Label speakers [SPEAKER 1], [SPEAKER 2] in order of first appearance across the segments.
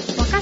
[SPEAKER 1] 阪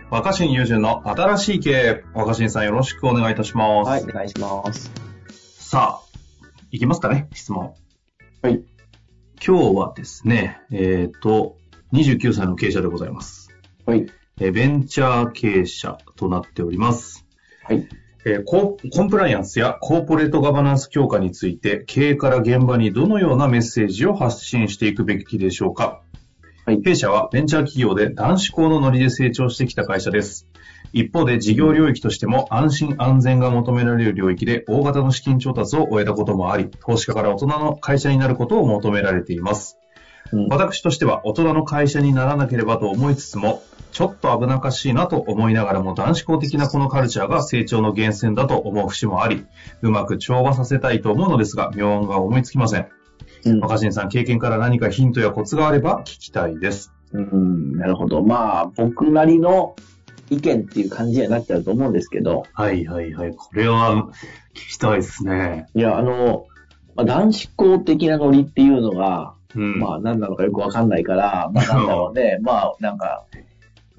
[SPEAKER 2] 若新友人の新しい経営、若新さんよろしくお願いいたします。
[SPEAKER 3] はい、お願いします。
[SPEAKER 2] さあ、いきますかね、質問。
[SPEAKER 3] はい。
[SPEAKER 2] 今日はですね、えっ、と、29歳の経営者でございます。
[SPEAKER 3] はい。
[SPEAKER 2] えーベンチャー経営者となっております。
[SPEAKER 3] はい。
[SPEAKER 2] えーココンプライアンスやコーポレートガバナンス強化について、経営から現場にどのようなメッセージを発信していくべきでしょうか
[SPEAKER 3] はい
[SPEAKER 2] 弊社はベンチャー企業で男子校のノリで成長してきた会社です。一方で事業領域としても安心安全が求められる領域で大型の資金調達を終えたこともあり、投資家から大人の会社になることを求められています。
[SPEAKER 3] うん
[SPEAKER 2] 私としては大人の会社にならなければと思いつつも、ちょっと危なっかしいなと思いながらも男子校的なこのカルチャーが成長の源泉だと思う節もあり、うまく調和させたいと思うのですが、妙案が思いつきません。
[SPEAKER 3] うん
[SPEAKER 2] 若新さん、経験から何かヒントやコツがあれば聞きたいです。
[SPEAKER 3] うん、なるほど。まあ、僕なりの意見っていう感じにはなっちゃうと思うんですけど、
[SPEAKER 2] はいはいはい。これは聞きたいですね。
[SPEAKER 3] いや、あの、まあ、男子校的なノリっていうのが、
[SPEAKER 2] うん。
[SPEAKER 3] まあ、何なのかよくわかんないから、 まあ、なんだろうね、まあ、なんか、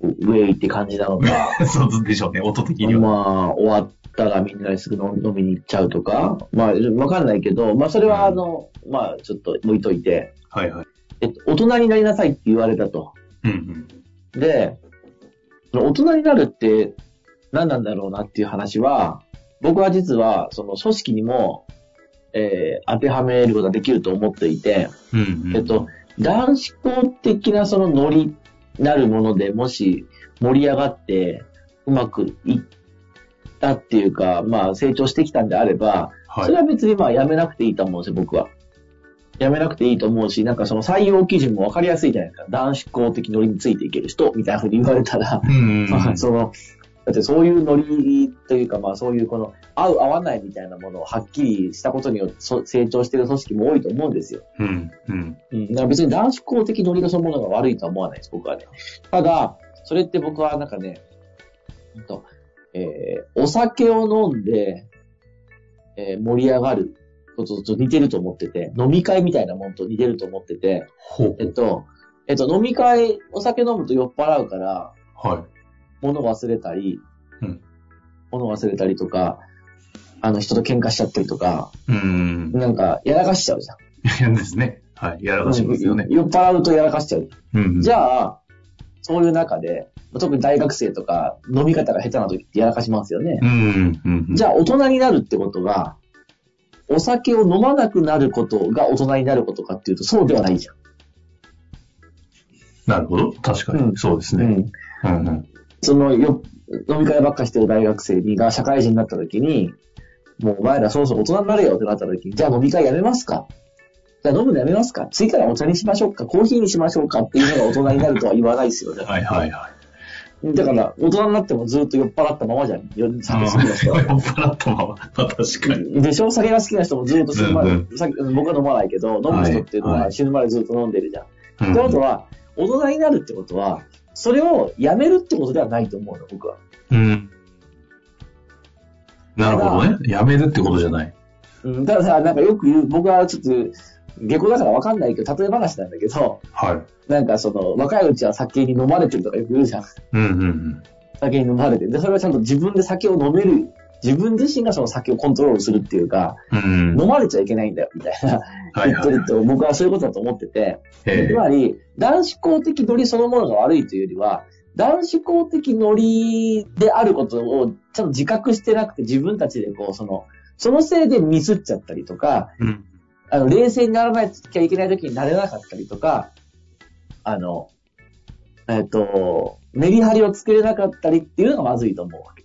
[SPEAKER 3] ウェイって感じなのか、
[SPEAKER 2] そうでしょうね、音的には。
[SPEAKER 3] まあ、終わったらみんなですぐ飲み飲みに行っちゃうとか、まあ、わかんないけど、まあ、それは、あの、まあ、ちょっと置いといて、
[SPEAKER 2] はいはい。
[SPEAKER 3] えっと、大人になりなさいって言われたと。
[SPEAKER 2] うん
[SPEAKER 3] で、大人になるって何なんだろうなっていう話は、僕は実はその組織にも、えー当てはめることができると思っていて、
[SPEAKER 2] うん。うんうん
[SPEAKER 3] えっと、男子校的なそのノリなるものでもし盛り上がってうまくいったっていうか、まあ成長してきたんであれば、
[SPEAKER 2] は
[SPEAKER 3] それ
[SPEAKER 2] い。
[SPEAKER 3] は別にまあやめなくていいと思うんですよ、僕は。やめなくていいと思うし、なんかその採用基準も分かりやすいじゃないですか。男子校的ノリについていける人みたいな風に言われたら、
[SPEAKER 2] うんうんうん。
[SPEAKER 3] ま あその、だってそういうノリというか、まあそういうこの合う合わないみたいなものをはっきりしたことによってそ成長している組織も多いと思うんですよ。
[SPEAKER 2] うんうん。
[SPEAKER 3] うん、だから別に男子校的ノリがそのものが悪いとは思わないです、僕はね。ただ、それって僕はなんかね、うんとえーお酒を飲んで、えー盛り上がることと似てると思ってて、飲み会みたいなもんと似てると思ってて、
[SPEAKER 2] ほう
[SPEAKER 3] え。っと、えっと、飲み会、お酒飲むと酔っ払うから、
[SPEAKER 2] は
[SPEAKER 3] 物忘れたり、
[SPEAKER 2] うん
[SPEAKER 3] 物忘れたりとか、あの人と喧嘩しちゃったりとか、
[SPEAKER 2] い。うん。
[SPEAKER 3] なんかやらかしちゃうじゃん。
[SPEAKER 2] ですね。はい。やらかしますよね。
[SPEAKER 3] 酔っ払うとやらかしちゃう。
[SPEAKER 2] うん
[SPEAKER 3] じ
[SPEAKER 2] ゃ
[SPEAKER 3] ゃあ、そういう中で、特に大学生とか飲み方が下手な時ってやらかしますよね。
[SPEAKER 2] うんうんうん。
[SPEAKER 3] じ
[SPEAKER 2] ゃ
[SPEAKER 3] ゃあ、大人になるってことが、お酒を飲まなくなることが大人になることかっていうと、そうではないじゃん。
[SPEAKER 2] なるほど。確か
[SPEAKER 3] う
[SPEAKER 2] に。
[SPEAKER 3] ん
[SPEAKER 2] そうですね。うんうん。
[SPEAKER 3] そのよ、飲み会ばっかしてる大学生が社会人になった時に、もうお前らそろそろ大人になれよってなった時に、じゃあ飲み会やめますかじゃあ飲むのやめますか次からお茶にしましょうかコーヒーにしましょうかっていうのが大人になるとは言わないですよね。
[SPEAKER 2] はいはいはい。
[SPEAKER 3] だから、大人になってもずっと酔っ払ったままじゃん。よ酒好きな人
[SPEAKER 2] 酔
[SPEAKER 3] は
[SPEAKER 2] っ払ったまま。確かに。
[SPEAKER 3] でしょ酒が好きな人もずっと死ぬま
[SPEAKER 2] う
[SPEAKER 3] で
[SPEAKER 2] ん、
[SPEAKER 3] さ僕は飲まないけど、飲む人っていうの
[SPEAKER 2] はいは
[SPEAKER 3] はい死ぬまでずっと飲んでるじゃん。
[SPEAKER 2] う
[SPEAKER 3] ってこと
[SPEAKER 2] ん
[SPEAKER 3] は、大人になるってことは、それをやめるってことではないと思うの、僕は。
[SPEAKER 2] うん。なるほどね。やめるってことじゃない。
[SPEAKER 3] うん、たださ、なんかよく言う、僕はちょっと、下校だからわかんないけど、例え話なんだけど、
[SPEAKER 2] はい。
[SPEAKER 3] なんかその、若いうちは酒に飲まれてるとかよく言うじゃん。
[SPEAKER 2] うんうんうん。
[SPEAKER 3] 酒に飲まれてる。で、それはちゃんと自分で酒を飲める。自分自身がその酒をコントロールするっていうか、
[SPEAKER 2] うんうん。
[SPEAKER 3] 飲まれちゃいけないんだよ、みたいな。
[SPEAKER 2] はい
[SPEAKER 3] 言っ
[SPEAKER 2] は
[SPEAKER 3] て
[SPEAKER 2] い。
[SPEAKER 3] ると、僕はそういうことだと思ってて、
[SPEAKER 2] え
[SPEAKER 3] つまり、男子校的ノリそのものが悪いというよりは、男子校的ノリであることをちゃんと自覚してなくて自分たちでこう、その、そのせいでミスっちゃったりとか、
[SPEAKER 2] えうん
[SPEAKER 3] あの、冷静にならなきゃいけない時になれなかったりとか、あの、えっ、と、メリハリを作れなかったりっていうのがまずいと思うわけ。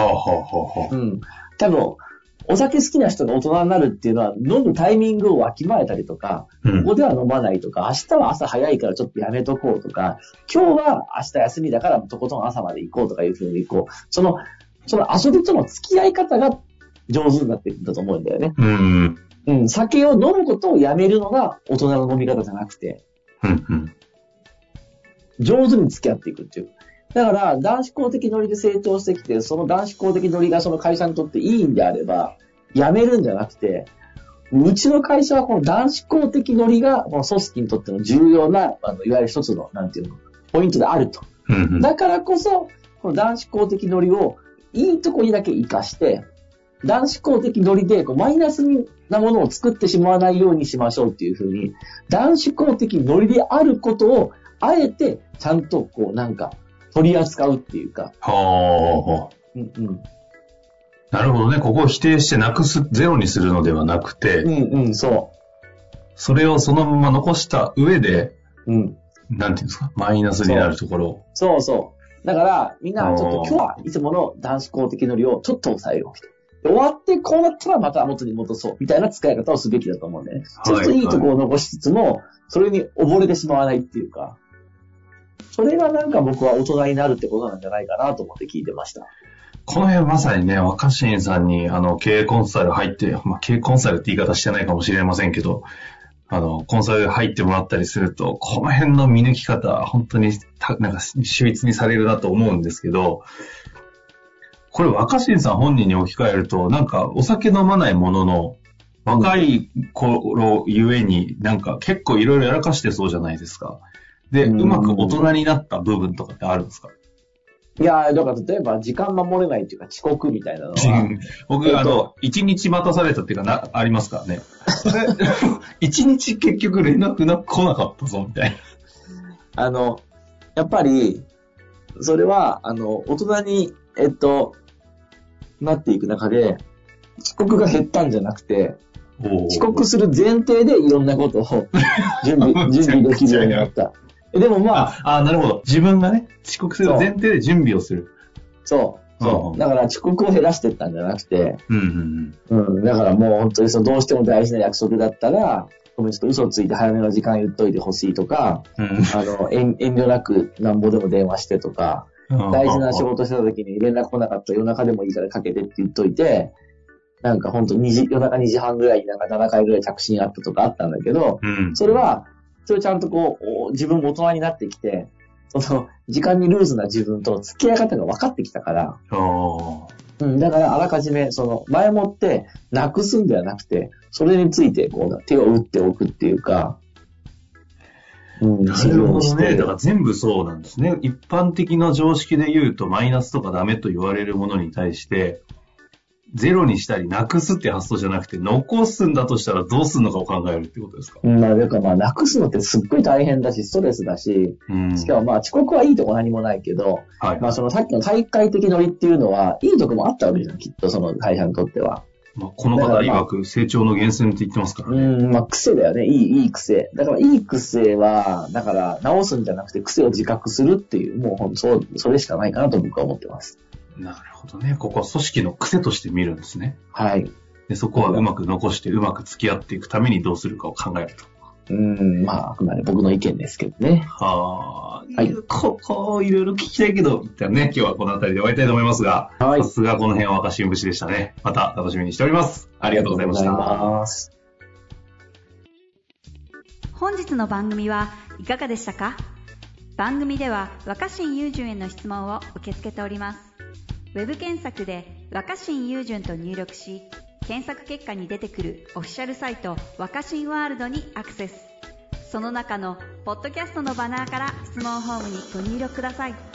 [SPEAKER 2] はあはあはあはあ。
[SPEAKER 3] うん。多分、お酒好きな人が大人になるっていうのは、飲むタイミングをわきまえたりとか、
[SPEAKER 2] うん
[SPEAKER 3] ここでは飲まないとか、明日は朝早いからちょっとやめとこうとか、今日は明日休みだからとことん朝まで行こうとかいうふうにこう、その、その遊びとの付き合い方が上手になっていくんだと思うんだよね。
[SPEAKER 2] うん。
[SPEAKER 3] うん、酒を飲むことをやめるのが大人の飲み方じゃなくて、
[SPEAKER 2] うん。うん。
[SPEAKER 3] 上手に付き合っていくっていう。だから、男子校的ノリで成長してきて、その男子校的ノリがその会社にとっていいんであれば、やめるんじゃなくて、うちの会社はこの男子校的ノリが、この組織にとっての重要な、あの、いわゆる一つの、なんていうの、ポイントであると。
[SPEAKER 2] うん。
[SPEAKER 3] だからこそ、この男子校的ノリを、いいとこにだけ活かして、男子校的ノリで、こう、マイナスなものを作ってしまわないようにしましょうっていうふうに、男子校的ノリであることを、あえて、ちゃんと、こう、なんか、取り扱うっていうか、
[SPEAKER 2] はあ。
[SPEAKER 3] うんうん。
[SPEAKER 2] なるほどね。ここを否定してなくす、ゼロにするのではなくて、
[SPEAKER 3] うんうん、そ
[SPEAKER 2] それをそのまま残した上で、
[SPEAKER 3] う。うん。
[SPEAKER 2] なんていうんですか、マイナスになるところを。
[SPEAKER 3] そうそう。だから、みんな、ちょっと
[SPEAKER 2] おー
[SPEAKER 3] 今日はいつもの男子校的ノリをちょっと抑えよう。で終わって、こうなったらまた元に戻そう。みたいな使い方をすべきだと思うんだよね。
[SPEAKER 2] はい
[SPEAKER 3] ちょっといいとこを残しつつも、それに溺れてしまわないっていうか。それがなんか僕は大人になるってことなんじゃないかなと思って聞いてました。
[SPEAKER 2] この辺まさにね、若新さんに、あの、経営コンサル入って、まあ、経営コンサルって言い方してないかもしれませんけど、あの、コンサル入ってもらったりすると、この辺の見抜き方、本当にた、なんか、秀逸にされるなと思うんですけど、これ若新さん本人に置き換えると、なんか、お酒飲まないものの、若い頃ゆえに、なんか結構いろいろやらかしてそうじゃないですか。で、
[SPEAKER 3] うん
[SPEAKER 2] うまく大人になった部分とかってあるんですか
[SPEAKER 3] いやー、だから例えば時間守れないっていうか遅刻み たいなのは、えっ
[SPEAKER 2] 僕、
[SPEAKER 3] と
[SPEAKER 2] あの、一日待たされたっていうか、な、ありますからね。一日結局連絡な、来なかったぞ、みたい
[SPEAKER 3] あの、やっぱり、それは、あの、大人に、えっと、なっていく中で、遅刻が減ったんじゃなくて、
[SPEAKER 2] な。おー
[SPEAKER 3] 遅刻する前提でいろんな ことを準備、準備できるようになった。でもまあ、
[SPEAKER 2] あ、あ、なるほど。自分がね、遅刻する前提で準備をする。
[SPEAKER 3] そう、
[SPEAKER 2] う
[SPEAKER 3] そ
[SPEAKER 2] ん
[SPEAKER 3] う。だから遅刻を減らしてったんじゃなくて、
[SPEAKER 2] うんうん
[SPEAKER 3] うん、だからもう本当にそのどうしても大事な約束だったら、ごめん、ちょっと嘘をついて早めの時間言っといてほしいとか、
[SPEAKER 2] うん。うん
[SPEAKER 3] あの、遠遠慮なくなんぼでも電話してとか、大事な仕。事してた時に連絡来なかったら夜中でもいいからかけてって言っといて、なんか本当2時、夜中2時半ぐらいになんか7回ぐらい着信あったとかあったんだけど、
[SPEAKER 2] うん。
[SPEAKER 3] それ、は、それをちゃんとこう、お自分も大人になってきて、その、時間にルーズな自分と付き合い方が分かってきたから、
[SPEAKER 2] あー
[SPEAKER 3] うん、だからあらかじめ、その、前もって、なくすんではなくて、それについて、こう、手を打っておくっていうか、うん
[SPEAKER 2] なるほどね。だから全部そうなんですね。一般的な常識で言うと、マイナスとかダメと言われるものに対して、ゼロにしたり、なくすって発想じゃなくて、残すんだとしたらどうするのかを考えるってことですか。
[SPEAKER 3] うんまあ、だからまあ、なくすのってすっごい大変だし、ストレスだし、
[SPEAKER 2] うん
[SPEAKER 3] しかもまあ、遅刻はいいとこ何もないけど、
[SPEAKER 2] はい。
[SPEAKER 3] まあ、そのさっきの大会的ノリっていうのは、いいとこもあったわけじゃん、きっと、その会社にとっては。
[SPEAKER 2] まあ、この方曰く成長の源泉って言ってますから
[SPEAKER 3] う
[SPEAKER 2] ね。
[SPEAKER 3] ん、まあ、癖だよね。いい、いい癖。だから、いい癖は、だから、直すんじゃなくて、癖を自覚するっていう、もう、ほんとそう、それしかないかなと僕は思ってます。
[SPEAKER 2] なるほどね。ここは組織の癖として見るんですね。
[SPEAKER 3] はい。
[SPEAKER 2] でそこはうまく残して、うまく付き合っていくためにどうするかを考えると。
[SPEAKER 3] うん、まあ、あくまで僕の意見ですけどね。
[SPEAKER 2] はあ、
[SPEAKER 3] はい
[SPEAKER 2] ここをいろいろ聞きたいけど、一旦ね、今日はこの辺りで終わりたいと思いますが、
[SPEAKER 3] はい
[SPEAKER 2] さすがこの辺は若新節でしたね。また楽しみにしております。ありがとうございまし
[SPEAKER 3] ありがとう
[SPEAKER 2] た。
[SPEAKER 3] ございます。
[SPEAKER 1] 本日の番組はいかがでしたか番組では若新雄純への質問を受け付けておりますウェブ検索で「若新雄純」と入力し検索結果に出てくるオフィシャルサイト「若新ワールド」にアクセスその中の「ポッドキャスト」のバナーから質問フォームにご入力ください